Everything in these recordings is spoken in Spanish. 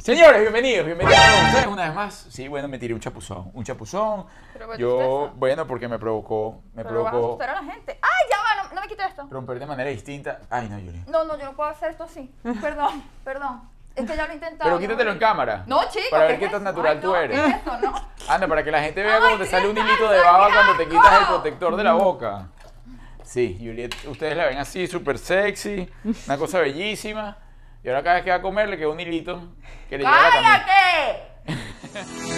Señores, bienvenidos, bienvenidos a ustedes una vez más. Sí, bueno, me tiré un chapuzón, un chapuzón. Pero, ¿por qué Yo, tristeza? bueno, porque me provocó, me Pero vas a provocó asustar a la gente. ¡Ay, ya va! No, no me quito esto. romper de manera distinta. Ay, no, Yuri. No, no, yo no puedo hacer esto así. Perdón, perdón. Es que ya lo he intentado. Pero quítatelo en cámara. No, chicos. Para ¿qué ver qué es tan eso? natural Ay, tú no, ¿qué eres. es esto? No. Anda, para que la gente vea Ay, cómo te qué sale un hilito de desastre, baba qué cuando te asco. quitas el protector de la boca. Sí, Juliet, ustedes la ven así, súper sexy, una cosa bellísima. Y ahora cada vez que va a comer le queda un hilito que le llega a la camisa. ¡Cállate!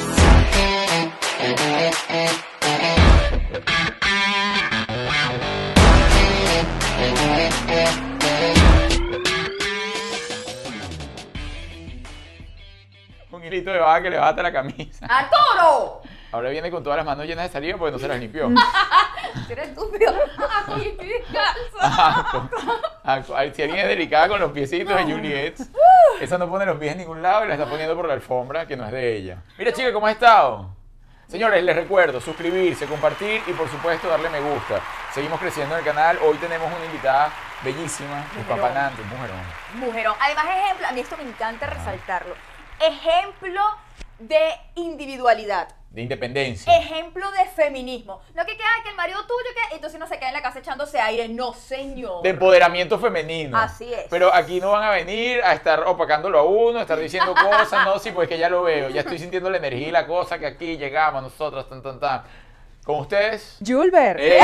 Un hilito de baba que le baja hasta la camisa. ¡Arturo! Ahora viene con todas las manos llenas de saliva porque no se las limpió. Eres estúpido. ¡Ah, coño, estoy descalzo! Asco. Asco. Ay, Si alguien es delicada con los piecitos de Juliet, esa no pone los pies en ningún lado y la está poniendo por la alfombra que no es de ella. Mira, chica, ¿cómo has estado? Señores, les recuerdo suscribirse, compartir y por supuesto darle me gusta. Seguimos creciendo en el canal. Hoy tenemos una invitada bellísima, despapanante, un mujerón. Mujerón. Además, ejemplo, a mí esto me encanta resaltarlo. Ejemplo de individualidad. De independencia. Ejemplo de feminismo. No que queda que el marido tuyo que entonces no se queda en la casa echándose aire. No, señor. De empoderamiento femenino. Así es. Pero aquí no van a venir a estar opacándolo a uno, a estar diciendo cosas, no, sí, pues que ya lo veo, ya estoy sintiendo la energía y la cosa que aquí llegamos nosotros, tan, tan, tan. Con ustedes. Julber. ¡Ey!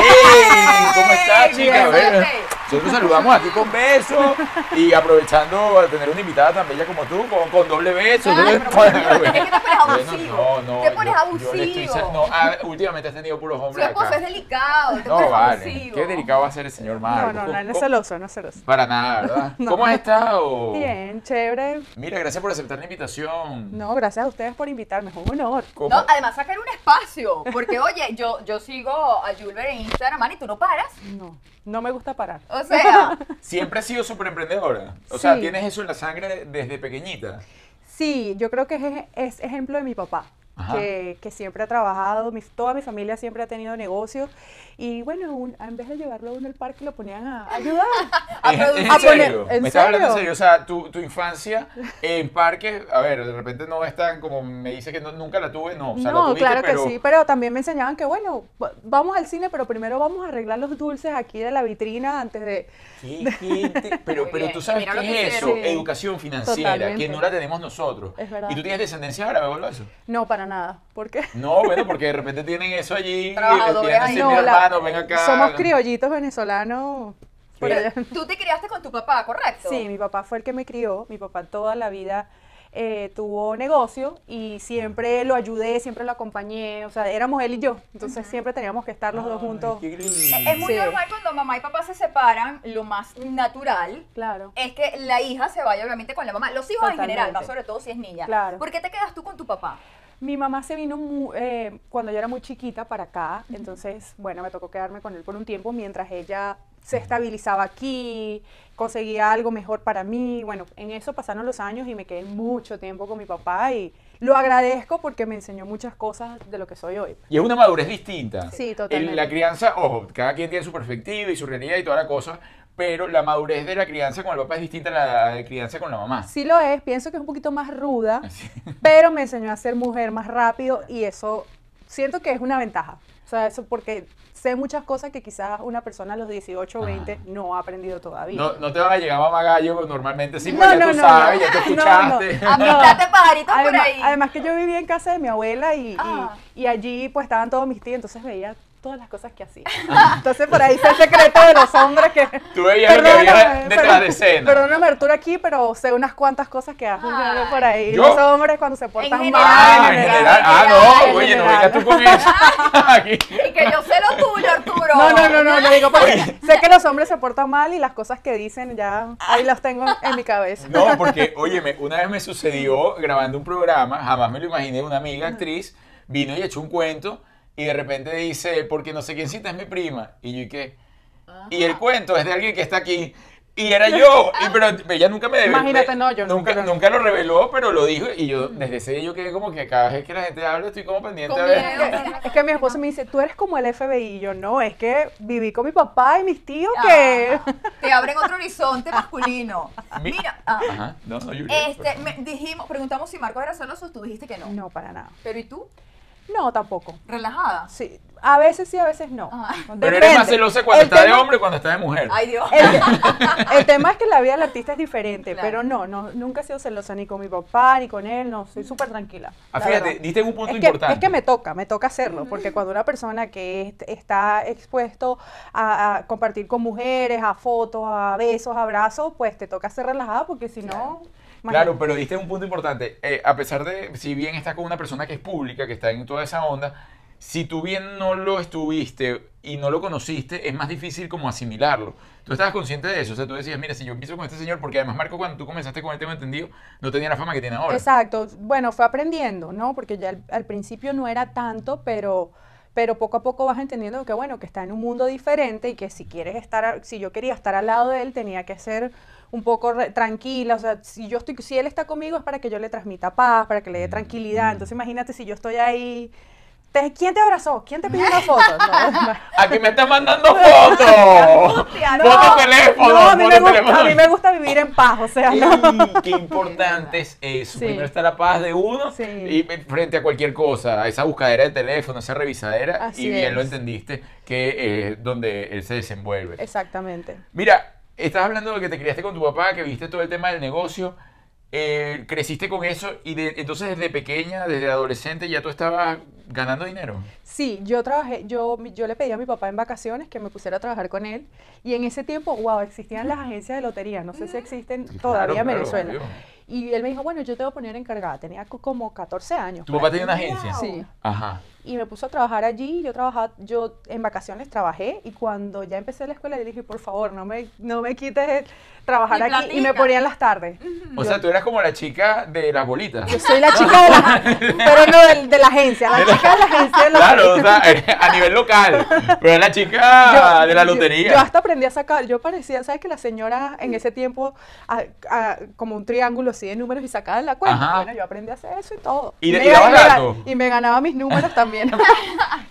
¿Cómo estás, chica? Bien, Bueno, bien. Nosotros saludamos aquí con besos y aprovechando a tener una invitada tan bella como tú, con, con doble beso. Ay, Yo- pero por Dios, es que te pones Bueno, abusivo. no, no. te pones yo- abusivo. yo le estoy sa- no, ah, últimamente has tenido puros Su hombres esposo acá. es delicado. Te No, pones vale. abusivo. Qué delicado va a ser el señor No, Marcos. no, no, no es ¿Cómo- Oh. celoso, no es celoso. Para nada, ¿verdad? No. ¿Cómo has estado? Bien, chévere. Mira, gracias por aceptar la invitación. No, ah. gracias a ustedes por invitarme, es un honor. ¿Cómo? No, además sacar un espacio. Porque, oye, yo, yo sigo a Julber en Instagram, man, y tú no paras. No, no me gusta parar. O sea, Siempre has sido súper emprendedora. O sea, Sí. tienes eso en la sangre desde pequeñita. Sí, yo creo que es, es ejemplo de mi papá, Ajá. que, que siempre ha trabajado, mi- toda mi familia siempre ha tenido negocios y bueno, un- en vez de llevarlo a uno al parque lo ponían a ayudar. A ¿Es- produ- es a en serio? poner- ¿en ¿Me estás hablando en serio? O serio? sea, tu, tu infancia en parques, a ver, de repente no es tan como me dice que no- nunca la tuve, no. O sea, la no, tuviste, claro pero... que sí, pero también me enseñaban que bueno, va- vamos al cine, pero primero vamos a arreglar los dulces aquí de la vitrina antes de... Qué gente- Pero, Muy pero bien, tú sabes mira lo qué que es eso, hicieron. Sí. educación financiera, Totalmente. que no la tenemos nosotros. Es verdad. Y tú tienes descendencia árabe, ¿verdad? eso? No, para nada, porque... No, bueno, porque de repente tienen eso allí. eh, Trabajadores tienen ahí. así, mi Sí, No, la- hermano, ven acá. Somos criollitos venezolanos. por Pero- allá. tú te criaste con tu papá, ¿correcto? Sí, mi papá fue el que me crió. Mi papá toda la vida eh, tuvo negocio y siempre lo ayudé, siempre lo acompañé. O sea, éramos él y yo. Entonces siempre teníamos que estar los dos Ay, juntos. qué lindo. E, Es es muy Sí. normal cuando mamá y papá se separan, lo más natural Claro. es que la hija se vaya obviamente con la mamá. Los hijos en general, Totalmente. ¿no? sobre todo si es niña. Claro. ¿Por qué te quedas tú con tu papá? Mi mamá se vino mu- eh, cuando yo era muy chiquita para acá. Entonces, bueno, me tocó quedarme con él por un tiempo mientras ella se estabilizaba aquí, conseguía algo mejor para mí. Bueno, en eso pasaron los años y me quedé mucho tiempo con mi papá y lo agradezco porque me enseñó muchas cosas de lo que soy hoy. pues. Y es una madurez distinta. Sí, totalmente. El- La crianza, ojo, cada quien tiene su perspectiva y su realidad y toda la cosa, pero la madurez de la crianza con el papá es distinta a la de crianza con la mamá. Sí lo es, pienso que es un poquito más ruda, Sí. pero me enseñó a ser mujer más rápido y eso siento que es una ventaja. O sea, eso porque sé muchas cosas que quizás una persona a los 18 o 20 Ajá. no ha aprendido todavía. No, no te van a llegar mamá gallo, normalmente sí, No, porque ya no, tú no, sabes, no. ya te No, no. escuchaste. Ah, No. Amistad de pajaritos por Además, ahí. además que yo vivía en casa de mi abuela y, y- Ah. y allí pues estaban todos mis tíos, entonces veía todas las cosas que hacía. Entonces por ahí sé el secreto de los hombres que... Tú veías lo que había detrás perdón- de escena. Perdóname Arturo aquí, pero sé unas cuantas cosas que hacen Ay. por ahí. ¿Yo? Los hombres cuando se portan general. mal. Ah, en en general. general. Ah, En no, oye, no general. vengas tú con eso. Aquí. Y que yo sé lo tuyo, Arturo. No, no, no, no, lo digo porque sé que los hombres se portan mal y las cosas que dicen ya ahí las tengo en mi cabeza. No, porque, óyeme, una vez me sucedió grabando un programa, jamás me lo imaginé, una amiga actriz vino y echó un cuento y de repente dice, porque no sé quién cita es mi prima. Y yo, ¿y qué? Y el cuento es de alguien que está aquí. Y era yo. Y, pero ella nunca me develó. Imagínate, no, yo nunca, nunca nunca, lo- lo... reveló, pero lo dijo. Y yo, desde ese yo quedé como que cada vez que la gente habla, estoy como pendiente a ver. Conviene. Es que mi esposo me dice, tú eres como el FBI. Y yo, no, es que viví con mi papá y mis tíos que... Te abren otro horizonte masculino. Mi- Mira, ah, Ajá. No, no, Juliet, este, perdón. me- dijimos, preguntamos si Marcos era celoso, tú dijiste que no. No, para nada. Pero ¿y tú? No, tampoco. ¿Relajada? Sí, a veces sí, a veces no. Ah. Pero Depende. eres más celosa cuando El estás de tema- hombre o cuando estás de mujer. Ay, Dios. El, te- el tema es que la vida del artista es diferente, Claro. pero no, no, nunca he sido celosa ni con mi papá ni con él, no, Mm. soy súper tranquila. Ah, la fíjate, verdad. diste en un punto es que, importante. es que me toca, me toca hacerlo, porque cuando una persona que est- está expuesto a, a compartir con mujeres, a fotos, a besos, abrazos, pues te toca ser relajada, porque si no... Claro, imagínate. pero diste un punto importante. Eh, a pesar de, si bien estás con una persona que es pública, que está en toda esa onda, si tú bien no lo estuviste y no lo conociste, es más difícil como asimilarlo. Tú estabas consciente de eso, o sea, tú decías, mira, si yo empiezo con este señor, porque además Marco, cuando tú comenzaste con el tema entendido, no tenía la fama que tiene ahora. Exacto, bueno, fue aprendiendo, ¿no? Porque ya al, al principio no era tanto, pero, pero poco a poco vas entendiendo que, bueno, que está en un mundo diferente y que si quieres estar, a- si yo quería estar al lado de él, tenía que ser un poco re- tranquila, o sea, si yo estoy, si él está conmigo es para que yo le transmita paz, para que le dé tranquilidad, entonces imagínate si yo estoy ahí, te- ¿quién te abrazó? ¿Quién te pidió una foto? No, Aquí me estás mandando fotos. Angustia, no. Foto teléfono, no, a, mí foto me gusta, teléfono. a mí me gusta vivir en paz, o sea, no. Ey, Qué importante es eso. Sí. Primero está la paz de uno Sí. y frente a cualquier cosa, a esa buscadera de teléfono, esa revisadera, Así y bien es. lo entendiste, que eh, es donde él se desenvuelve. Exactamente. Mira, estás hablando de que te criaste con tu papá, que viste todo el tema del negocio, eh, creciste con eso, y de- entonces desde pequeña, desde adolescente, ya tú estabas ganando dinero. Sí, yo trabajé, yo, yo le pedí a mi papá en vacaciones que me pusiera a trabajar con él y en ese tiempo, wow, existían las agencias de lotería, no sé si existen Sí, todavía claro, en claro, Venezuela. obvio. Y él me dijo, bueno, yo te voy a poner encargada, tenía co- como 14 años. Tu por papá ahí. tenía una agencia. Sí. Ajá. Y me puso a trabajar allí, yo trabajaba, yo en vacaciones trabajé y cuando ya empecé la escuela le dije, por favor, no me, no me quites el trabajar Ni aquí y me platica. ponían las tardes. O sea, tú eras como la chica de las bolitas. Yo soy la chica de la, pero no del- de, la agencia, la chica de la agencia de lotería. Claro, o sea, a nivel local. Pero es la chica de la lotería. Yo, hasta aprendí a sacar, yo parecía, ¿sabes que las señoras en ese tiempo, a- a- como un triángulo así de números y sacaban la cuenta? Ajá. Bueno, yo aprendí a hacer eso y todo. ¿Y de- me y dabas ganaba- datos? y me ganaba mis números también.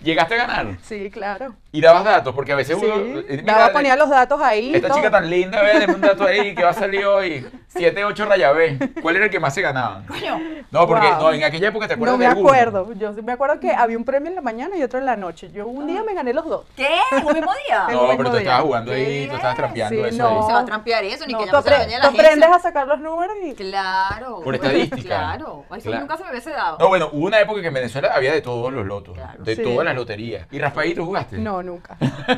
Llegaste a ganar. sí, claro. Y dabas datos, porque a veces Sí, uno. eh, mira, daba, ponía los datos ahí. y Esta todo. chica tan linda, ve, deme un dato ahí que va a salir hoy. 7, 8 rayabés. ¿Cuál era el que más se ganaban? Coño, No, porque Wow. no, en aquella época te acuerdas No me de alguno? acuerdo. Yo sí me acuerdo que había un premio en la mañana y otro en la noche. Yo un Ah. día me gané los dos. ¿Qué? ¿Un mismo día? El No, mismo pero tú estabas día. jugando ahí, tú estabas Sí, trampeando sí, eso no. Se ahí. va a trampear eso, ni No, que ya tú no se apre- lo dañe la tú agencia. aprendes a sacar los números y... Claro. Por estadística. Claro. Eso Claro. nunca se me hubiese dado. No, bueno, hubo una época que en Venezuela había de todos los lotos, Claro. de Sí. todas las loterías. ¿Y raspadito jugaste? No, nunca.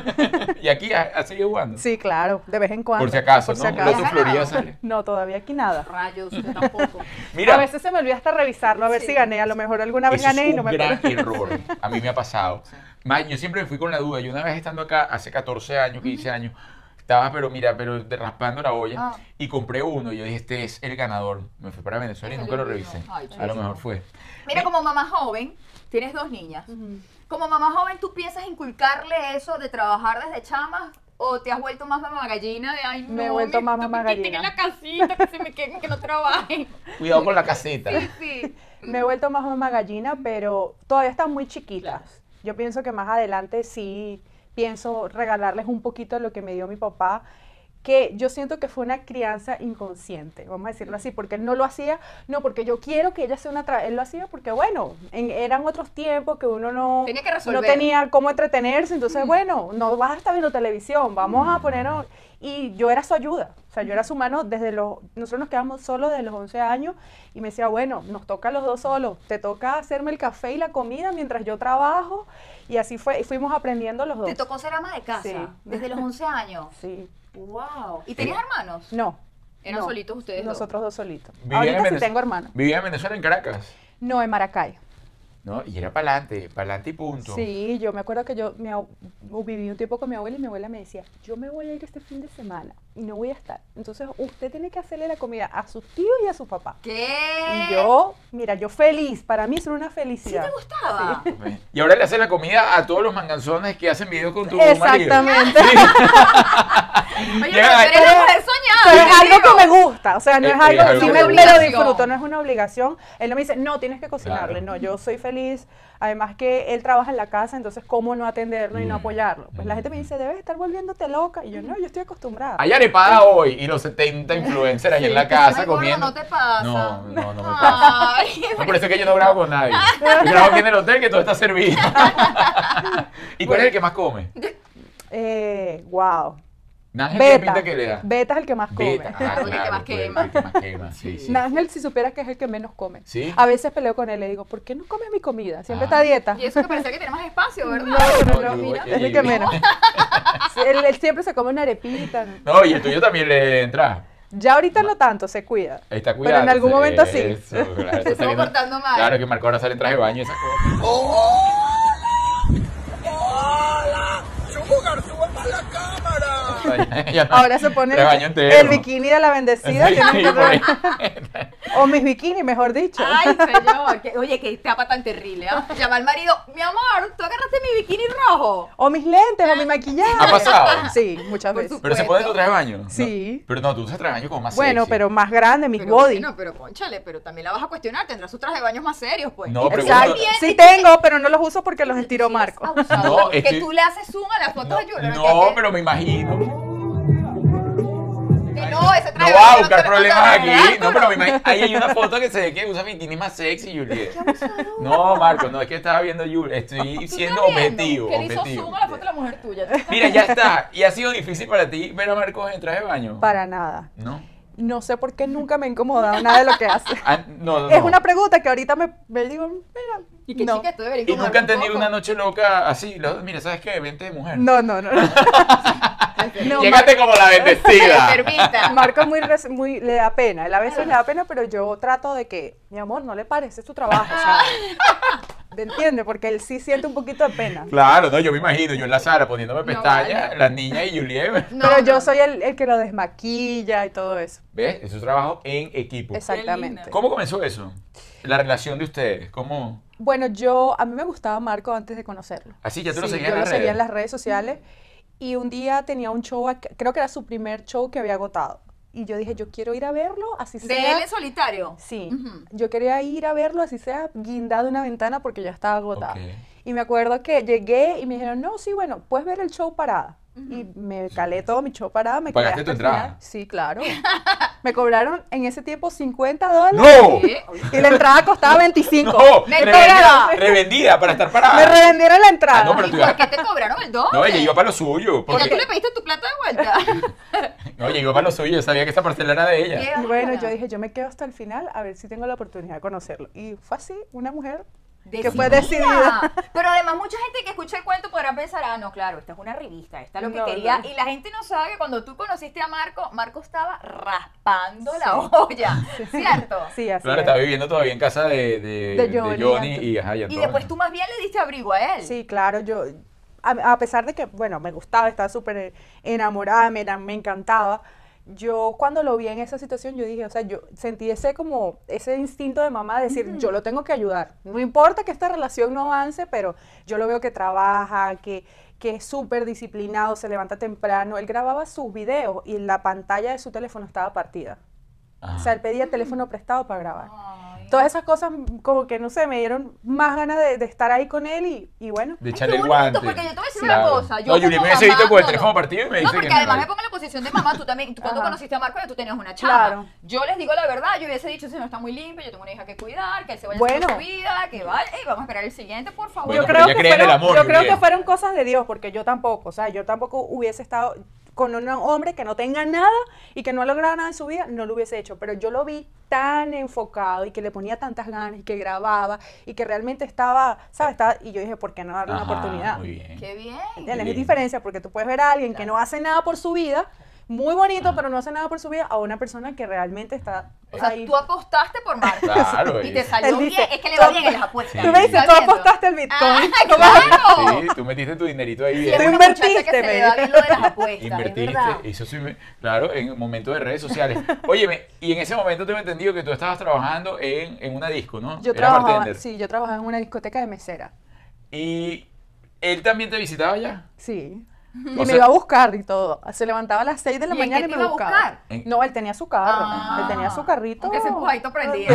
¿Y aquí has has seguido jugando? Sí, claro, de vez en cuando. Por si acaso, por si ¿no? acaso. Loto Florida sale. No, todavía aquí nada. Rayos, yo tampoco. Mira. A veces se me olvida hasta revisarlo, a ver Sí. si gané. A lo mejor alguna vez Eso es gané y un no me gran acuerdo. error. A mí me ha pasado. Más, yo siempre me fui con la duda. Yo una vez estando acá, hace 14 años, 15 años, estaba, pero mira, pero de- raspando la olla Ah. y compré uno. Y yo dije, este es el ganador. Me fui para Venezuela y Y nunca lo salió el revisé. mismo. Ay, A lo chulísimo. mejor fue. Mira, como mamá joven, tienes dos niñas. Como mamá joven, ¿tú piensas inculcarle eso de trabajar desde chamas? ¿O te has vuelto más mamá gallina de ay no? Me he vuelto mi más mamá chiquitín en gallina. la casita, que se me queden, que no trabajen. Cuidado con la caseta. Sí. Me he vuelto más mamá gallina, pero todavía están muy chiquitas. Claro. Yo pienso que más adelante sí pienso regalarles un poquito de lo que me dio mi papá, que yo siento que fue una crianza inconsciente, vamos a decirlo así, porque él no lo hacía, no porque yo quiero que ella sea una... tra- Él lo hacía porque, bueno, en- eran otros tiempos que uno no... Tenía que no resolver. tenía cómo entretenerse, entonces, bueno, no vas a estar viendo televisión, vamos a ponernos... Y yo era su ayuda, o sea, yo era su mano desde los... Nosotros nos quedamos solos desde los 11 años y me decía, bueno, nos toca a los dos solos, te toca hacerme el café y la comida mientras yo trabajo, y así fue, y fuimos aprendiendo los dos. Te tocó ser ama de casa Sí. desde los 11 años. Sí, Wow. ¿Y tenías hermanos? no. Eran no, solitos ustedes dos. Nosotros dos solitos. Vivían en Ahorita sí Venez- tengo hermano. Vivía en Venezuela, en Caracas. No, en Maracay. ¿no? Y era para adelante, para adelante y punto. Sí, yo me acuerdo que yo me, au- viví un tiempo con mi abuela y mi abuela me decía, yo me voy a ir este fin de semana y no voy a estar. Entonces usted tiene que hacerle la comida a sus tíos y a su papá. ¿Qué? Y yo, mira, yo feliz, para mí eso era una ¿Sí felicidad. te gustaba? Y ahora le haces la comida a todos los manganzones que hacen videos con tu marido. Exactamente. Oye, Llega pero la- tú eres una mujer Pero es te algo digo. que me gusta, o sea, no Eh, es eh, algo que algo sí que me, te me lo gusta. disfruto, no es una obligación. Él no me dice, no, tienes que cocinarle, Claro. no, yo soy feliz. Además que él trabaja en la casa, entonces, ¿cómo no atenderlo y no Mm. apoyarlo? Pues la gente me Mm. dice, debes estar volviéndote loca. Y yo, no, yo estoy acostumbrada. Hay arepada hoy y los 70 influencers ahí en la casa Ay, gordo, comiendo. no te pasa. Ah. No, no, no me pasa. Ay, No, por eso es que yo no grabo con nadie. Yo grabo aquí en el hotel que todo está servido. ¿Y cuál es el que más come? Eh, wow. Nángel tiene Beta. pinta que le da. Beta es el que más come. Beta. Ah, El que claro, pues, más quema. El que más quema, sí, sí. Ángel, si supieras que es el que menos come. ¿Sí? A veces peleo con él, le digo, ¿por qué no comes mi comida? Ah. Siempre está a dieta. y eso que parecía que tenía más espacio, ¿verdad? No, No, yo- no, no, oye, es el y- que menos. Sí, Él, él siempre se come una arepita. ¿no? No, y el tuyo también le entra. Ya ahorita no tanto, se cuida. Está Pero en cuidado. algún momento sí. Eso, claro, está Te estamos saliendo- portando mal. Claro que Marco ahora sale en traje de baño y esas cosas. Ay, ya no- Ahora se pone traje de baño el, entero. bikini de la bendecida. Sí, tiene que por ahí. O mis bikinis, mejor dicho. Ay, señor. que- oye, qué tapa tan terrible. ¿ah? Llama al marido, mi amor, tú agarraste mi bikini rojo. O mis lentes, o mi maquillaje. ¿Ha pasado? Sí, muchas Por veces. Pero se pone tu traje de baño. ¿no? Sí. Pero no, tú usas traje de baño como más Bueno, sexy. pero más grande, mis Pero body. bueno, pero conchale, pero también la vas a cuestionar. Tendrá sus trajes de baños más serios, pues. No, pero Exacto. bueno- Sí tengo, pero no los uso porque los estiró Sí, Marco. es abusador, No, porque estoy- tú le haces zoom a las fotos de Julia. No, que- no, que- pero me imagino. que no, ese No traje de va a baño te buscar lo vas problemas a aquí. regalar, No, tú pero me imagino. Ahí hay una foto que se ve que usa bikini más sexy, Juliet. No, Marco, no, es que estaba viendo Juliet. Estoy Ah, siendo ¿Tú estás viendo objetivo. Que le hizo objetivo. zoom a la foto de la mujer tuya. Mira, ya está. ¿Y ha sido difícil para ti ver a Marcos en traje de baño? Para nada. No. No sé por qué nunca me ha incomodado nada de lo que hace. Ah, no, no, Es no. una pregunta que ahita me, me digo, mira. Y que no. chica, tú deberías Y nunca han tenido una noche. noche loca así. Los- Mira, ¿sabes qué? Vente de mujer. No, no, no. no. No, Llégate como la bendecida. Permita. Marco es muy, res- muy, le da pena, él a veces le da pena, pero yo trato de que, mi amor, no le parece tu trabajo, o sea, ¿te entiendes? Porque él sí siente un poquito de pena. Claro, no, yo me imagino, yo en la sala poniéndome pestañas, vale. la niña y Juliet. No, pero yo no, soy el, el que lo desmaquilla y todo eso. ¿Ves? Eso es trabajo en equipo. Exactamente. ¿Cómo comenzó eso? La relación de ustedes. ¿Cómo? Bueno, yo, a mí me gustaba Marco antes de conocerlo. Así, ya tú lo Sí, seguías yo en las lo seguía en redes. las redes sociales y un día tenía un show, ac- creo que era su primer show que había agotado. Y yo dije, yo quiero ir a verlo, así no. De sea. él en solitario. Sí, Ujú. yo quería ir a verlo, así sea, guindado una ventana porque ya estaba agotada. Ok. Y me acuerdo que llegué y me dijeron, no, sí, bueno, puedes ver el show parada. Y me calé todo mi show parada, me quedé ¿Pagaste hasta tu el final. entrada? Sí, claro. me cobraron en ese tiempo 50 dólares ¡No! ¿Qué? y la entrada costaba 25. ¡No! Me Revendida, cobraron. revendida para estar Me parada. revendieron la entrada. Ah, no, pero ¿Y tú por qué te cobraron el doble? No, ella iba para lo suyo. Porque tú Porque... le pediste tu plata de vuelta. No, ella iba para lo suyo. Yo sabía que esa parcela era de ella. Qué Y bueno, bárbara. yo dije, yo me quedo hasta el final a ver si tengo la oportunidad de conocerlo. Y fue así, una mujer que fue decidida. Pero además mucha gente que escucha el cuento podrá pensar, ah, no, claro, esta es una revista, esta es lo que No, quería. no. Y la gente no sabe que cuando tú conociste a Marco, Marco estaba raspando la olla, ¿cierto? Sí, así Claro, es. estaba viviendo todavía en casa de, de, De de Johnny, Johnny, y, ajá, y Y Antonio. después tú más bien le diste abrigo a él. Sí, claro, yo, a, a pesar de que, bueno, me gustaba, estaba súper enamorada, me, ena- me encantaba, yo cuando lo vi en esa situación, yo dije, o sea, yo sentí ese como, ese instinto de mamá de decir, yo lo tengo que ayudar, no importa que esta relación no avance, pero yo lo veo que trabaja, que, que es súper disciplinado, se levanta temprano, él grababa sus videos y la pantalla de su teléfono estaba partida. Ajá. O sea, él pedía teléfono prestado para grabar. Ay. Todas esas cosas mm, como que, no sé, me dieron más ganas de, de estar ahí con él y, y bueno. de Ay, echarle qué el guante. bonito, porque yo te voy a decir Sí. una Claro. cosa, yo No, Juliet como me hubiese ido mamá, con el no, teléfono no. partido y me No, dice porque que además me no. pongo en la posición de mamá, tú también, tú cuando Ajá. conociste a Marco ya tú tenías una chama. Claro. Yo les digo la verdad, yo hubiese dicho, si no está muy limpio, yo tengo una hija que cuidar, que él se vaya Bueno. a hacer su vida, que vaya, y vamos a esperar el siguiente, por favor. Bueno, yo pero creo, ella que cree en el fueron, amor, yo creo Juliet. que fueron cosas de Dios, porque yo tampoco, o sea, yo tampoco hubiese estado con un hombre que no tenga nada y que no ha logrado nada en su vida, no lo hubiese hecho, pero yo lo vi tan enfocado y que le ponía tantas ganas y que grababa y que realmente estaba, ¿sabes? Estaba, y yo dije, ¿por qué no darle Ajá, una oportunidad? Muy bien. Qué bien. ¿Entiendes? Es bien. diferencia porque tú puedes ver a alguien que no hace nada por su vida, muy bonito, pero no hace nada por su vida, a una persona que realmente está Ah. O sea, ahí. tú apostaste por Marco. Claro, Y y- te salió Él bien. dice, Es que le va tú- bien en las apuestas. tú me dices, ¿Estás tú viendo? apostaste al Bitcoin. Ah, ¿Cómo? claro. Sí, tú metiste tu dinerito ahí Sí, bien. es una invertiste, muchacha que se le baby. da bien lo de las apuestas, es Invertiste, verdad. eso sí, me- claro, en el momento de redes sociales. Óyeme, y en ese momento tengo entendido que tú estabas trabajando en, en una disco, ¿no? Yo Era trabajaba, bartender. sí, yo trabajaba en una discoteca de mesera. Y él también te visitaba ya. Sí. Y O me sea- iba a buscar y todo. Se levantaba a las 6 de la ¿Y en qué mañana y te me iba a buscaba. buscar? Ah. En- No, él tenía su carro. él tenía su carrito. Que ese empujadito prendía.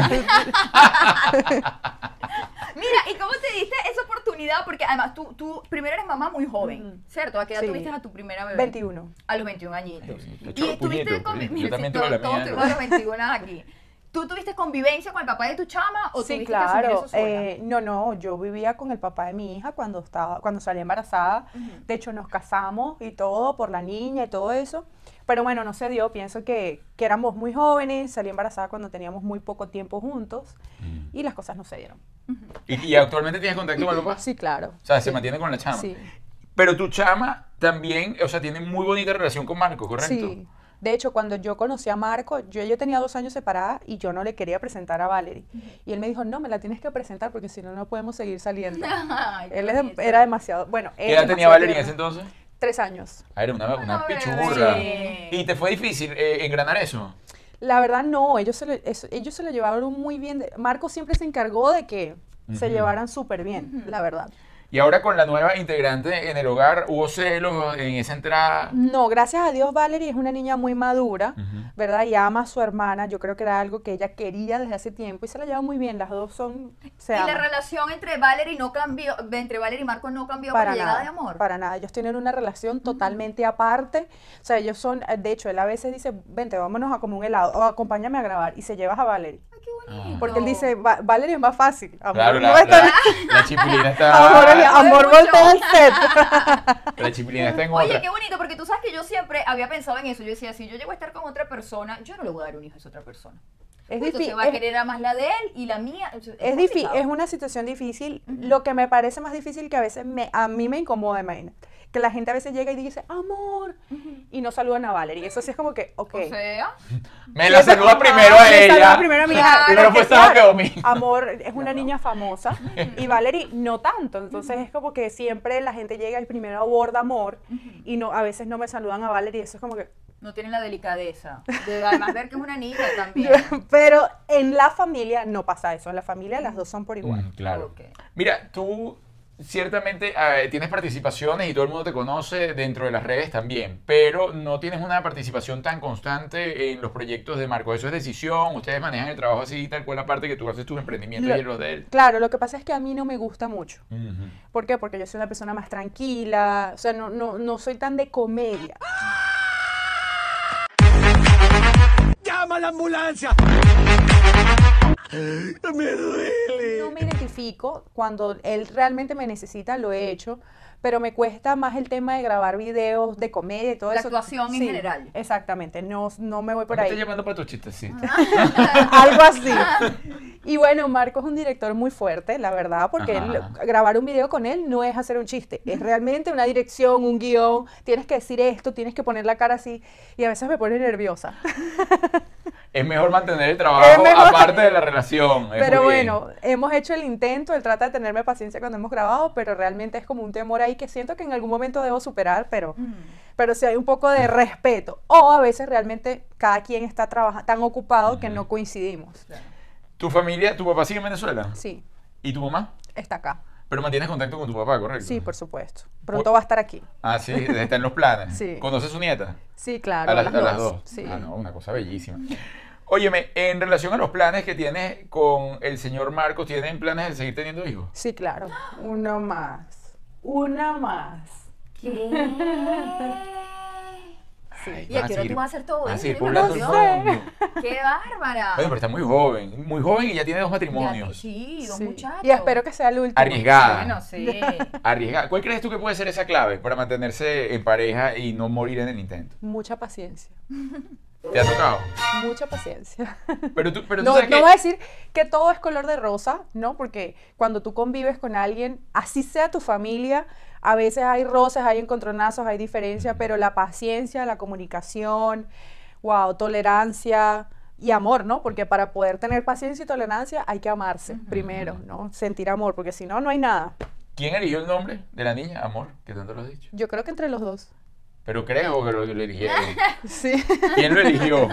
Mira, ¿Y cómo te diste esa oportunidad? Porque además tú, tú primero eres mamá muy joven, Ujú. ¿cierto? ¿A qué edad Sí. tuviste a tu primera bebé? 21. A los 21 añitos. Sí, qué y chorro, tuviste puñeto, con... pues. Yo Mira, si también todo- tuve la todos mía, tuvimos a los 21 aquí. ¿Tú tuviste convivencia con el papá de tu chama o Sí, tuviste que asumir claro. eso sola? eh, no, no, yo vivía con el papá de mi hija cuando estaba, cuando salí embarazada. De hecho, nos casamos y todo por la niña y todo eso. Pero bueno, no se dio. Pienso que, que éramos muy jóvenes. Salí embarazada cuando teníamos muy poco tiempo juntos Mm. y las cosas no se dieron. ¿Y, y actualmente tienes contacto con el papá? Sí, claro. O sea, se mantiene con la chama. Sí. Pero tu chama también, o sea, tiene muy bonita relación con Marco, ¿correcto? Sí. De hecho, cuando yo conocí a Marco, yo ya tenía dos años separada y yo no le quería presentar a Valerie. Y él me dijo, no, me la tienes que presentar porque si no, no podemos seguir saliendo. Ay, él qué es dem- bonito. era demasiado, bueno, ¿Qué él edad tenía demasiado Valeria en tierno. ese entonces? Tres años. Ah, era una, una Una bebé. pichurra. Sí. ¿Y te fue difícil eh, engranar eso? La verdad, no, ellos se lo, eso- ellos se lo llevaron muy bien. de- Marco siempre se encargó de que se Ujú. llevaran súper bien, la verdad. Y ahora con la nueva integrante en el hogar, ¿hubo celos en esa entrada? No, gracias a Dios, Valerie es una niña muy madura, Ujú. ¿verdad? Y ama a su hermana. Yo creo que era algo que ella quería desde hace tiempo y se la lleva muy bien. Las dos son. Se Y la aman. relación entre Valerie no cambió, entre Valerie y Marco no cambió para con la nada, llegada de amor. para nada. Ellos tienen una relación totalmente aparte. O sea, ellos son, eh, de hecho, él a veces dice, vente, vámonos a comer un helado o acompáñame a grabar y se llevas a Valerie. Ay, qué bonito. Ah. Porque él dice, "Va- Valerie es más fácil. Amor, Claro, no la, está la, la chipilina Amor, está. amor mucho. voltea al set. La chipilina está en Oye, otra. qué bonito, porque tú sabes que yo siempre había pensado en eso. Yo decía, si yo llego a estar con otra persona, yo no le voy a dar un hijo a esa otra persona. Es Entonces difícil. va a Es, querer a más la de él y la mía. Es, es difícil, es una situación difícil. Lo que me parece más difícil que a veces me, a mí me incomoda, imagínate. Que la gente a veces llega y dice, amor, y no saludan a Valerie. Eso sí es como que, ok. O sea, Me la saluda primero Me a saluda ella. primero a mi Ah, hija. Primero fue Porque, Saba que claro, Omi. Amor es una niña famosa y Valerie no tanto. Entonces es como que siempre la gente llega y primero aborda amor y no a veces no me saludan a Valerie. Eso es como que. no tienen la delicadeza. De además ver que es una niña también. Pero en la familia no pasa eso. En la familia las dos son por igual. Mm, claro. Ok. Mira, tú ciertamente eh, tienes participaciones y todo el mundo te conoce dentro de las redes también, pero no tienes una participación tan constante en los proyectos de Marco. Eso es decisión, ustedes manejan el trabajo así, tal cual aparte que tú haces tus emprendimientos Lo- y los de él. Claro, lo que pasa es que a mí no me gusta mucho. Ujú. ¿Por qué? Porque yo soy una persona más tranquila, o sea, no, no, no soy tan de comedia. ¡Llama a la ambulancia! ¡Me duele! No me identifico cuando él realmente me necesita, lo he hecho, pero me cuesta más el tema de grabar videos de comedia y todo La eso. actuación en general. Exactamente, no, no me voy por Me estoy ahí. llamando para tus chistecitos. Algo así. Y bueno, Marco es un director muy fuerte, la verdad, porque Ajá. él- grabar un video con él no es hacer un chiste, es realmente una dirección, un guión, tienes que decir esto, tienes que poner la cara así, y a veces me pone nerviosa. Es mejor mantener el trabajo mejor. aparte de la relación. es Pero muy bien. bueno, hemos hecho el intento, él trata de tenerme paciencia cuando hemos grabado, pero realmente es como un temor ahí que siento que en algún momento debo superar, pero, pero sí hay un poco de respeto. O a veces realmente cada quien está trabaja- tan ocupado que no coincidimos. ¿Tu familia, tu papá sigue en Venezuela? Sí, ¿Y tu mamá? está acá. Pero mantienes contacto con tu papá, ¿correcto? Sí, por supuesto. Pronto va a estar aquí. Ah, sí, está en los planes. Sí. ¿Conoce a su nieta? Sí, Ah, claro. A las, a las dos. Sí. Ah, no, una cosa bellísima. Óyeme, en relación a los planes que tienes con el señor Marcos, ¿tienen planes de seguir teniendo hijos? sí, claro. Uno más. Una más. Ay, ¿Y van a qué hora seguir- tú vas a hacer todo van a eso? seguir Yo no poblando el sé. mundo. ¡Qué bárbara! Bueno, pero está muy joven, muy joven y ya tiene dos Ya- matrimonios. sí, dos Sí. muchachos. Y espero que sea el último. Arriesgada. Bueno, sí. Arriesgada. ¿Cuál crees tú que puede ser esa clave para mantenerse en pareja y no morir en el intento? Mucha paciencia. ¿Te ha tocado? Mucha paciencia. Pero tú, pero tú No, sabes no que- voy a decir que todo es color de rosa, ¿no? Porque cuando tú convives con alguien, así sea tu familia, a veces hay roces, hay encontronazos, hay diferencias, pero la paciencia, la comunicación, wow, tolerancia y amor, ¿no? Porque para poder tener paciencia y tolerancia hay que amarse primero, ¿no? Sentir amor, porque si no, no hay nada. ¿Quién eligió el nombre de la niña? Amor, que tanto lo has dicho. Yo creo que entre los dos. Pero creo que lo, lo eligieron. Sí. ¿Quién lo eligió?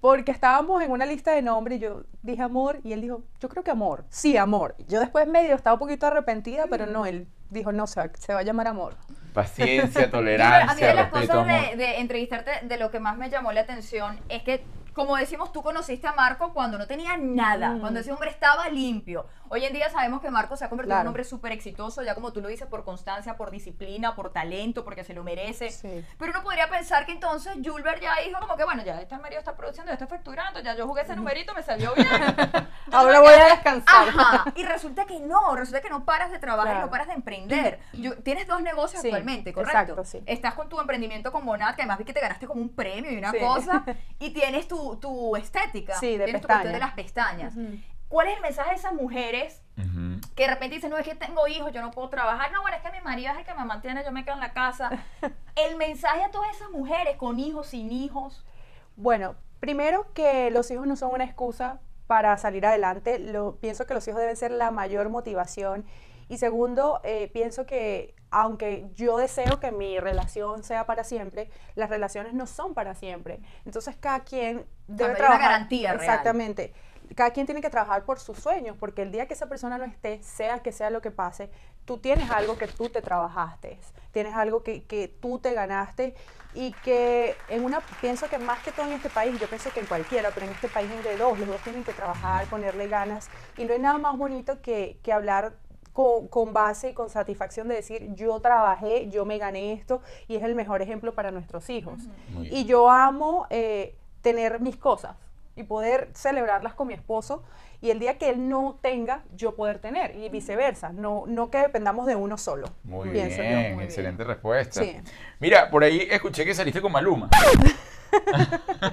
Porque estábamos en una lista de nombres y yo dije amor y él dijo, yo creo que amor. Sí, amor. Yo después medio estaba un poquito arrepentida, pero Mm. no, él dijo, no, se va, se va a llamar amor. Paciencia, a mí tolerancia, de las respeto, cosas de, amor. de entrevistarte, de lo que más me llamó la atención es que, como decimos, tú conociste a Marco cuando no tenía nada, Mm. cuando ese hombre estaba limpio. Hoy en día sabemos que Marco se ha convertido en un Claro. hombre súper exitoso, ya como tú lo dices, por constancia, por disciplina, por talento, porque se lo merece. Sí. Pero uno podría pensar que entonces Julber ya dijo como que, bueno, ya este marido está produciendo, ya está facturando, ya yo jugué ese numerito, me salió bien. Ahora voy a descansar. Ajá. Y resulta que no, resulta que no paras de trabajar, Claro. no paras de emprender. Yo- tienes dos negocios Sí, actualmente, ¿correcto? exacto, sí. Estás con tu emprendimiento con Monad, que además vi que te ganaste como un premio y una Sí. cosa, y tienes tu, tu estética, Sí, de tienes tu cuestión de pestañas. las pestañas. ¿Cuál es el mensaje de esas mujeres Ujú. que de repente dicen, no, es que tengo hijos, yo no puedo trabajar, no, bueno, es que mi marido es el que me mantiene, yo me quedo en la casa? El mensaje a todas esas mujeres, con hijos, sin hijos, Bueno, primero que los hijos no son una excusa para salir adelante. Lo, pienso que los hijos deben ser la mayor motivación. Y segundo, eh, pienso que aunque yo deseo que mi relación sea para siempre, las relaciones no son para siempre. Entonces cada quien debe hay una trabajar. garantía real. Exactamente. Cada quien tiene que trabajar por sus sueños, porque el día que esa persona no esté, sea que sea lo que pase, tú tienes algo que tú te trabajaste, tienes algo que, que tú te ganaste y que en una, pienso que más que todo en este país, yo pienso que en cualquiera, pero en este país es de dos, los dos tienen que trabajar, ponerle ganas y no hay nada más bonito que, que hablar con, con base y con satisfacción de decir yo trabajé, yo me gané esto y es el mejor ejemplo para nuestros hijos. Muy Y bien. yo amo eh, tener mis cosas y poder celebrarlas con mi esposo y el día que él no tenga, yo poder tener y viceversa, no, no que dependamos de uno solo. Muy pienso yo. bien, excelente respuesta. Sí. Mira, por ahí escuché que saliste con Maluma.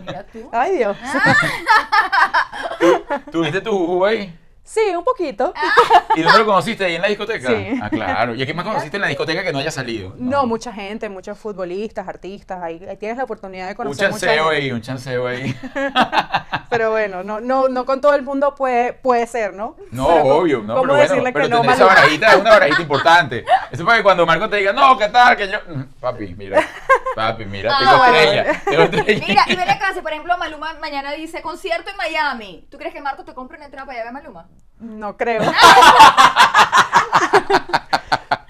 mira tú. Ay Dios. ¿Tuviste tu jugo ahí? Sí, un poquito. ¿Y dónde lo conociste? ¿Ahí en la discoteca? Sí. Ah, claro. ¿Y a quién más conociste en la discoteca que no haya salido? No, mucha gente, muchos futbolistas, artistas, ahí, ahí tienes la oportunidad de Un conocer mucha chanceo gente. ahí, un chanceo ahí. Pero bueno, no, no, no con todo el mundo puede, puede ser, ¿no? No, Pero ¿cómo- obvio, no, ¿Cómo pero decirle bueno, pero que no, tener esa Maluma? barajita es una barajita importante. Eso es para que cuando Marco te diga, no, ¿qué tal? Que yo. Mm, Papi, mira. Papi, mira, Ah, tengo bueno, estrella. Tengo estrella. Mira, y ven acá, si por ejemplo Maluma mañana dice concierto en Miami, ¿tú crees que Marco te compra una entrada para allá a Maluma? No creo.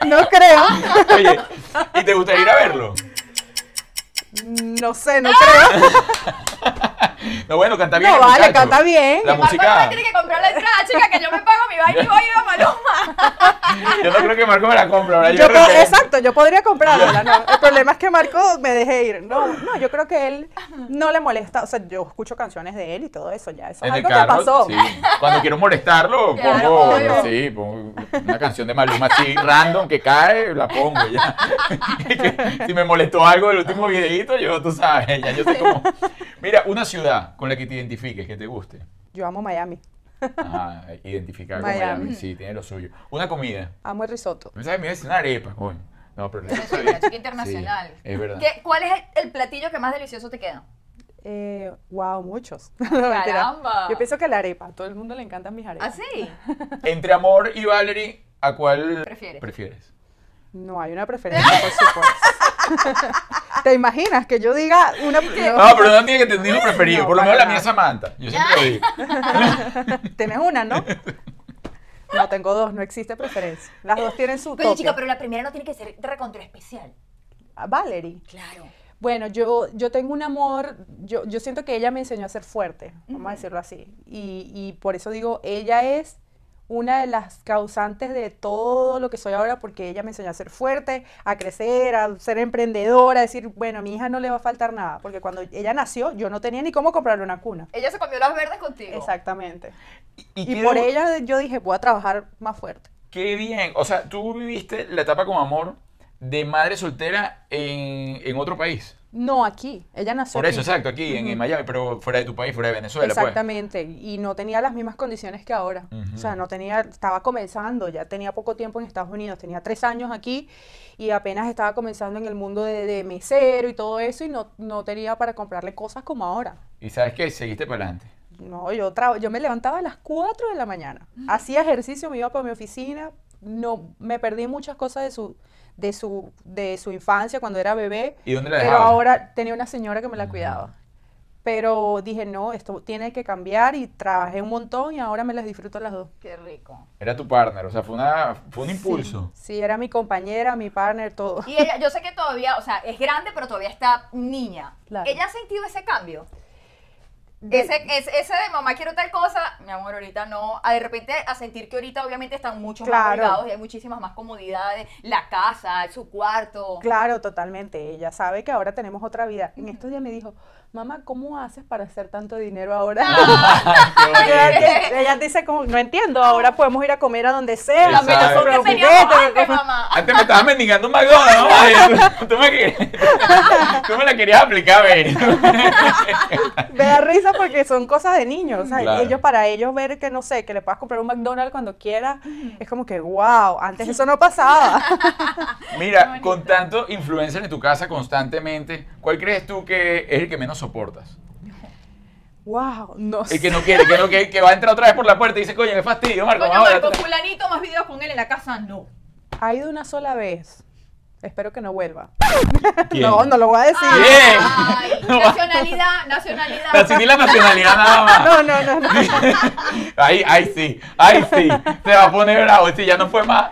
no creo. Oye, ¿y te gustaría ir a verlo? No sé, no creo. No, bueno, canta bien. No, el vale, muchacho. canta bien. La Que Marco no me música. tiene que comprar la entrada, chica, que yo me pago mi baile y voy a Maluma. Yo no creo que Marco me la compre ahora. Yo, Yo creo po- que- exacto, yo podría comprarla. ¿no? El problema es que Marco me deje ir. No, no, yo creo que él no le molesta. O sea, yo escucho canciones de él y todo eso. Ya, eso es En el algo carro, que pasó. sí. Cuando quiero molestarlo, Claro, pongo, obvio. sí, pongo una canción de Maluma así random que cae, la pongo ya. si me molestó algo del último videito, yo, tú sabes, ya yo sé cómo. Mira, una ciudad con la que te identifiques, que te guste. Yo amo Miami. Ajá, identificar con Miami. Miami, sí, tiene lo suyo. Una comida. Amo el risotto. Pensaba que me iba a decir una arepa, coño. No, pero la arepa está Soy bien. una chica internacional. Sí, es verdad. ¿Qué- ¿Cuál es el platillo que más delicioso te queda? Eh, wow, muchos. No, mentira. Caramba. Yo pienso que la arepa. A todo el mundo le encantan mis ¿Ah, arepas. sí? Entre amor y Valerie, ¿a cuál Prefieres. prefieres? No hay una preferencia, por supuesto. ¿Te imaginas que yo diga una No, Ah, pero no tiene que tener un preferido. No, Por lo menos la para nada. mía es Samantha. Yo siempre lo digo. Tienes una, ¿no? No, tengo dos, no existe preferencia. Las dos tienen su Pero toque. chica, pero la primera no tiene que ser recontra especial. Ah, Valerie. Claro. Bueno, yo, yo tengo un amor, yo, yo siento que ella me enseñó a ser fuerte, vamos a decirlo así. Y, y por eso digo, ella es una de las causantes de todo lo que soy ahora, porque ella me enseñó a ser fuerte, a crecer, a ser emprendedora, a decir, bueno, a mi hija no le va a faltar nada, porque cuando ella nació yo no tenía ni cómo comprarle una cuna. Ella se comió las verdes contigo. Exactamente. Y, Y qué por de- ella yo dije, voy a trabajar más fuerte. Qué bien. O sea, tú viviste la etapa con amor de madre soltera en, en otro país. No, aquí, ella nació Por eso, aquí. exacto, aquí en, en Miami, pero fuera de tu país, fuera de Venezuela. pues. Exactamente, y no tenía las mismas condiciones que ahora. O sea, no tenía, estaba comenzando, ya tenía poco tiempo en Estados Unidos, tenía tres años aquí y apenas estaba comenzando en el mundo de, de mesero y todo eso y no, no tenía para comprarle cosas como ahora. Y sabes qué, seguiste para adelante. No, yo, traba- yo me levantaba a las 4 de la mañana, hacía ejercicio, me iba para mi oficina, no me perdí muchas cosas de su de su de su infancia cuando era bebé. ¿Y dónde la pero dejaba? ahora tenía una señora que me la cuidaba. Pero dije, "No, esto tiene que cambiar" y trabajé un montón y ahora me las disfruto las dos. Qué rico. Era tu partner, o sea, fue, una, fue un impulso. Sí, era mi compañera, mi partner, todo. Y ella, yo sé que todavía, o sea, es grande, pero todavía está niña. Claro. ¿Ella ha sentido ese cambio? Ese, ese, ese de mamá quiero tal cosa, mi amor, ahorita no. A de repente a sentir que ahorita obviamente están muchos más Claro. holgados y hay muchísimas más comodidades. La casa, su cuarto. Claro, totalmente. Ella sabe que ahora tenemos otra vida. En estos días me dijo, mamá, ¿cómo haces para hacer tanto dinero ahora? Qué bonito. ella, ella dice, como, no entiendo, ahora podemos ir a comer a donde sea. La menos Exacto. sobre Que un teníamos juguete, antes, cosa- mamá. Antes me estabas mendigando un McDonald's, ¿no? Ay, tú- Tú me, querías- tú me la querías aplicar, a ver. Me da risa porque son cosas de niños. O sea, Claro. ellos, para ellos, ver que no sé, que le puedas comprar un McDonald's cuando quieras, es como que, wow, antes eso no pasaba. Mira, con tanto influencer en tu casa constantemente, ¿cuál crees tú que es el que menos soportas? wow, no sé. El que no quiere, que, no, que, que va a entrar otra vez por la puerta y dice, coño, qué fastidio, Marco, Coño, vamos a ver Marco, pues. otra- fulanito, más videos con él en la casa, no. Ha ido una sola vez. Espero que no vuelva. ¿Quién? No, no lo voy a decir. Bien. Ay, No va. nacionalidad, nacionalidad. Decidí la nacionalidad nada más. No, no, no, no. Ahí, ahí sí, ahí sí. Se va a poner bravo. Si ya no fue más.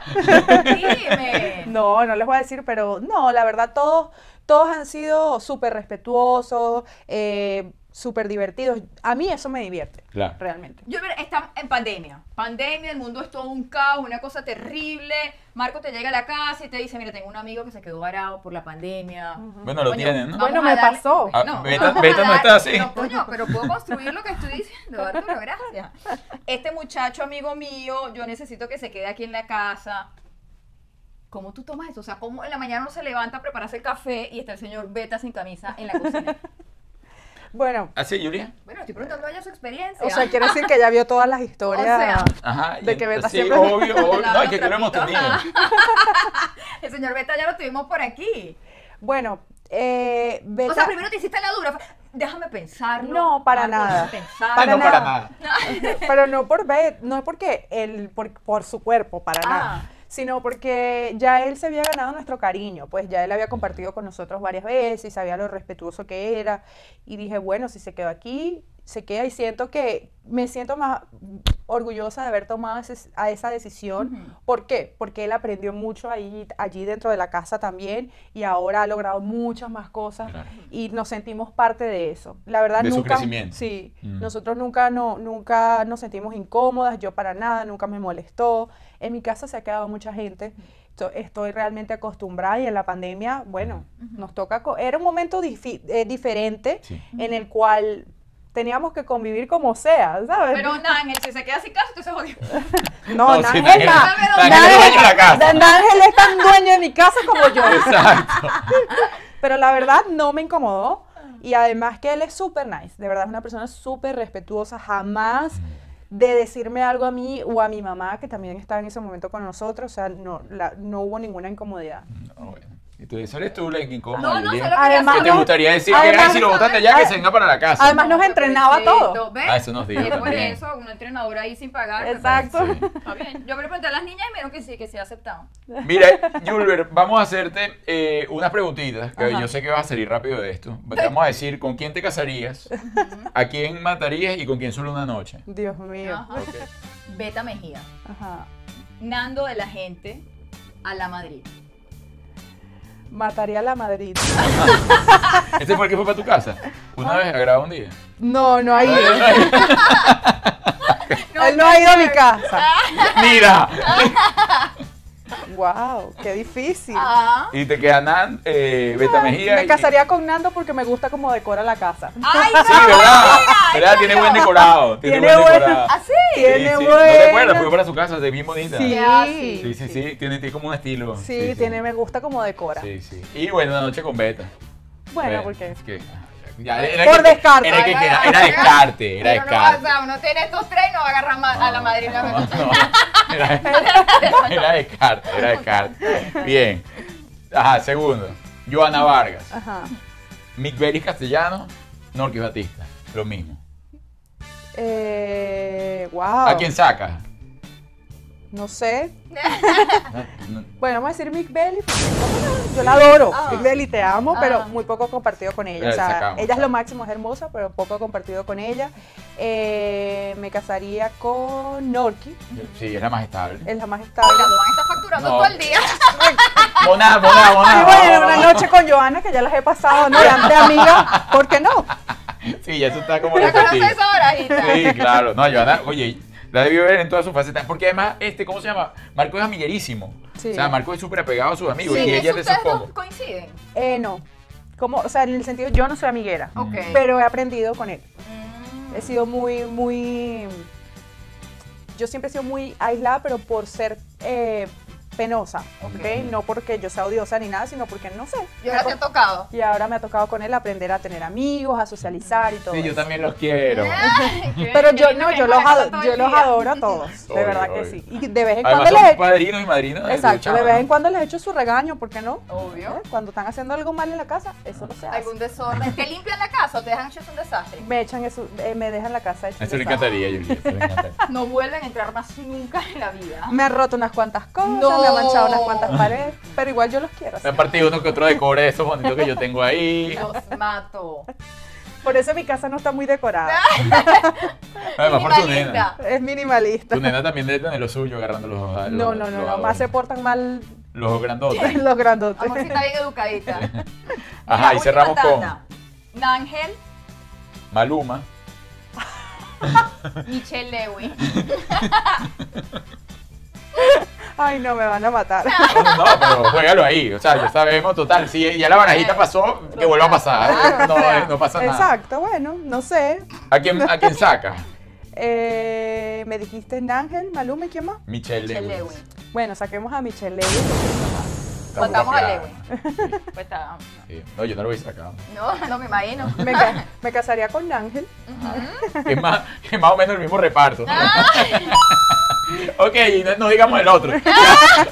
Dime. No, no les voy a decir, pero no, la verdad, todos, todos han sido súper respetuosos, eh, súper divertidos. A mí eso me divierte, Claro. realmente. Yo, mira, estamos en pandemia. Pandemia, el mundo es todo un caos, una cosa terrible. Marco te llega a la casa y te dice, mira, tengo un amigo que se quedó varado por la pandemia. Bueno, lo Coño, tienen, ¿no? vamos Bueno, a me darle- pasó. Ah, No, Beta- vamos a Beta no dar- está así. No, coño, pero puedo construir lo que estoy diciendo, Arturo, gracias. Este muchacho, amigo mío, yo necesito que se quede aquí en la casa. ¿Cómo tú tomas eso? O sea, ¿cómo en la mañana uno se levanta a prepararse el café y está el señor Beta sin camisa en la cocina? Bueno, ¿Así, Julia? Bueno, estoy preguntando a ella su experiencia. o sea, quiero decir que ya vio todas las historias. sea, Ajá. y De que Beta sí, siempre- obvio, obvio. No, es que tú Lavando lo hemos tenido. trapitos. Ah, el señor Beta ya lo tuvimos por aquí. Bueno, eh, O Beta- sea, primero te hiciste la dura. fue, Déjame pensarlo. No, para Marco, nada. déjame pensarlo. Ah, no, para Para nada. nada. pero no por ver, no es porque él, por, por su cuerpo, para Ah. nada, sino porque ya él se había ganado nuestro cariño, pues ya él había compartido con nosotros varias veces y sabía lo respetuoso que era. Y dije, bueno, si se quedó aquí, se queda y siento que me siento más orgullosa de haber tomado ese- a esa decisión. ¿Por qué? Porque él aprendió mucho ahí, allí dentro de la casa también y ahora ha logrado muchas más cosas Claro. y nos sentimos parte de eso. La verdad, De su nunca... crecimiento. Sí, Sí, Mm. nosotros nunca, no, nunca nos sentimos incómodas, yo para nada, nunca me molestó. En mi casa se ha quedado mucha gente. Esto- Estoy realmente acostumbrada y en la pandemia, bueno, nos toca. co- Era un momento difi- eh, diferente Sí. en el cual teníamos que convivir como sea, ¿sabes? Pero Nangel, si se queda sin casa, entonces jodió. no, No, sí, Nángel Nángel- na- Nángel Nángel- es dueño de la casa. Nángel es tan dueño de mi casa como yo. Exacto. Pero la verdad no me incomodó. Y además que él es súper nice. De verdad es una persona súper respetuosa. Jamás Mm. de decirme algo a mí o a mi mamá, que también estaba en ese momento con nosotros. O sea, no, la- no hubo ninguna incomodidad. No, bueno. Entonces, eso eres tú la que incómoda, No, no, Julia. solo- ¿Qué te no- gustaría decir? que además- ay, si lo botaste ya, que se venga para la casa. además- nos entrenaba todo. ¿Ves? Ah, eso nos dijo Es por también. eso, una entrenadora ahí sin pagar. me Exacto. Sí. parece. Está bien. Yo me lo pregunté a las niñas y me dijeron que sí, que sí aceptaban. Mira, Julber, vamos a hacerte eh, unas preguntitas, que yo sé que vas a salir rápido de esto. Te vamos a decir con quién te casarías, a quién matarías y con quién solo una noche. Dios mío. Ajá. Beta Mejía. Ajá. Nando de la gente a la Madrid. Mataría a la Madrid. ¿Este fue el que fue para tu casa? Una vez, a grabar un día. No, no ha ido. él no ha ido a mi casa. ¡Mira! wow, qué difícil. Ah. Y te queda Nan, eh, Beta Mejía. Me y- casaría con Nando porque me gusta cómo decora la casa. ¡Ay, Sí, no! ¿verdad? mira, ¿Verdad? Tiene buen decorado. Tiene, Tiene buen buen- decorado. ¿Ah, sí? Sí, Tiene sí. ¿No te buena- acuerdas? Fui para su casa, es bien bonita. Sí. Ya, Sí, sí, sí, tiene, tiene como un estilo. Sí, tiene, me gusta como decora. Sí, sí. Y bueno, una noche con Beta. Bueno, Bueno, porque es que- ya, era Por que- descarte. Era, que Ay, ay, queda- ay, era ay. descarte, era Pero no vas descarte. a- uno tiene estos tres y no agarra más a la Madrid. la No, verdad. no, era, era descarte, era descarte. Bien. Ajá, segundo. Joana Vargas. Ajá. Mick Beris Castellano. Norquis Batista. Lo mismo. Eh, wow. Oh. ¿A quién sacas? No sé. No, no. Bueno, vamos a decir Mick Belly. porque- Yo la adoro. Ah. Mick Belly, te amo, Ah. pero muy poco compartido con ella. Eh, O sea, sacamos, ella es lo claro. máximo, es hermosa, pero poco compartido con ella. Eh, me casaría con Norky, Sí, es la más estable. es la más Oiga, estable. lo van a estar facturando No. todo el día. Moná, moná, moná. Y bueno, una noche con Joana, que ya las he pasado, ¿no? De ante amiga, ¿por qué no? Sí, ya eso está como ¿Ya repetido. conoces ahora, hijita? Sí, claro. No, Joana, oye, la debió ver en todas sus facetas. Porque además, este, ¿cómo se llama? Marco es amiguerísimo. Sí. O sea, Marco es súper apegado a sus amigos. Sí, y en ella eso es de esos ustedes dos combos. coinciden. Eh, no. Como, o sea, en el sentido, yo no soy amiguera, Ok. pero he aprendido con él. Mm. He sido muy, muy... Yo siempre he sido muy aislada, pero por ser eh, penosa, ¿ok? Ok. No porque yo sea odiosa ni nada, sino porque no sé. Y ahora te ha tocado. Y ahora me ha tocado con él aprender a tener amigos, a socializar y todo. Sí, yo eso. también los quiero. Ah, Pero yo no, yo los adoro, yo los adoro. adoro a todos, de Obvio, verdad que obvio. sí. Y de vez en Además, cuando son les he- padrinos y madrinas. de Exacto, Luchana, de vez en ¿no? cuando les echo su regaño, ¿por qué no? Obvio. ¿Eh? Cuando están haciendo algo mal en la casa, eso no se hace. Algún desorden. ¿Te limpian la casa o te dejan hecho un desastre? Me echan eso, eh, me dejan la casa hecha un Eso le desastre. encantaría, Julieta. eso le encantaría. No vuelven a entrar más nunca en la vida. Me han roto unas cuantas cosas, No. me han manchado unas cuantas paredes, pero igual yo los quiero. así. Me han partido uno que otro de cobre de esos bonitos que yo tengo ahí. Los mato. Por eso mi casa no está muy decorada, Además, por tu Minimalista. nena. es minimalista. Tu nena también debe tener lo suyo agarrando los ojos. No, no, no, no, más se portan mal Los ojos grandotes. los grandotes. Amor, si está bien educadita. Ajá, La y cerramos última con tanda. Nangel Maluma. Michelle Lewin. Ay, no, me van a matar. No, pero juégalo ahí. O sea, ya sabemos, total. Si ya la Eh, barajita pasó, que vuelva a pasar. No, eh, no pasa nada. Exacto, bueno, no sé. ¿A quién, ¿A quién saca? Eh, me dijiste Ángel, Maluma y quién más. Michelle Michelle Lewis. Lewis. Bueno, saquemos a Michelle Lewis. Está Contamos a bloqueada. Lewis. Pues está. Sí. No, yo no lo voy a sacar. No, no me imagino. Me, ca- me casaría con Ángel. Es más, es más o menos el mismo reparto. Ah. ok, y no, no digamos el otro. Ah.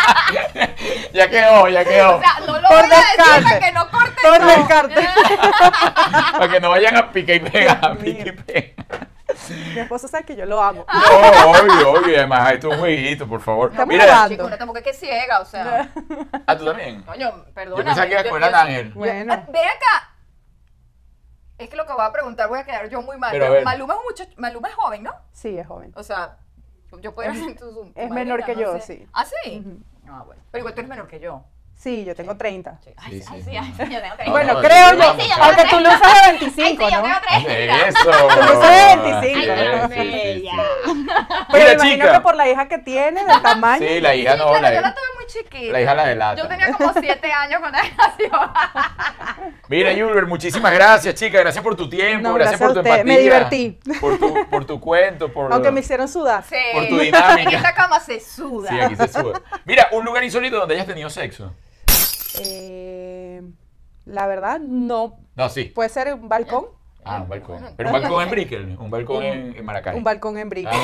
ya quedó, ya quedó. O sea, no lo voy Por a decir descarte. para que no Eh, corten. Por descarte. Para que no vayan a pique y pega. a Dios pique y mío. pega. Mi esposo sabe que yo lo amo. No, obvio, obvio. y Además, esto es un jueguito, por favor. Estamos Mira, grabando. Chico, no tampoco es que ciega, o sea. ah, tú también. Coño, perdóname. Yo pensaba que iba a Yo- escoger yo- a Ángel. Bueno. Ah, Ve acá. Es que lo que voy a preguntar voy a quedar yo muy mal. Pero a pero ver. Maluma es un muchacho, Maluma es joven, ¿no? Sí, es joven. O sea, yo podría ser tu, tu es madrina, menor que no yo, sé. sí. ¿Ah, sí? Ujú. Ah, bueno. Pero igual tú eres menor que yo. Sí, yo tengo 30. Sí. Sí, Ay, sí, sí. ay, sí, ay, sí, yo tengo Ah, treinta. bueno, no, creo yo yo. tengo Aunque tú lo usas de Ay, sí, 25, yo ¿no? tengo treinta. Eso. Eso es 25, Sí, ¿no? sí, sí, sí. Pero Mira, me imagino chica. que por la hija que tiene, del tamaño. Sí, la hija Sí, no, claro, la yo la hija. tuve muy chiquita. la hija la delata. Yo tenía como siete años cuando ella nació. Mira, Julber, muchísimas gracias, chica. Gracias por tu tiempo, No, gracias, gracias por a tu usted. empatía. Me divertí. Por tu, por tu cuento, por... Aunque me hicieron sudar. Sí. Por tu dinámica. En esta cama se suda. Sí, aquí se sube. Mira, un lugar insólito donde hayas tenido sexo. Eh, la verdad, no. No, sí. Puede ser un balcón. Ah, un balcón. Pero un balcón en Brickell, un balcón en, en Maracay. Un balcón en brick. Ah,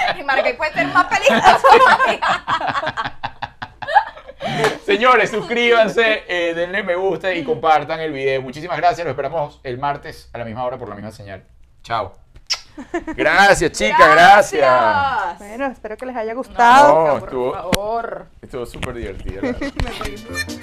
no, en- Y Maracay puede ser más peligroso. Señores, suscríbanse, eh, denle me gusta y compartan el video. Muchísimas gracias. Los esperamos el martes a la misma hora por la misma señal. Chao. Gracias, chica, gracias. Bueno, espero que les haya gustado. No, estuvo- Por favor. Estuvo súper divertido. la verdad.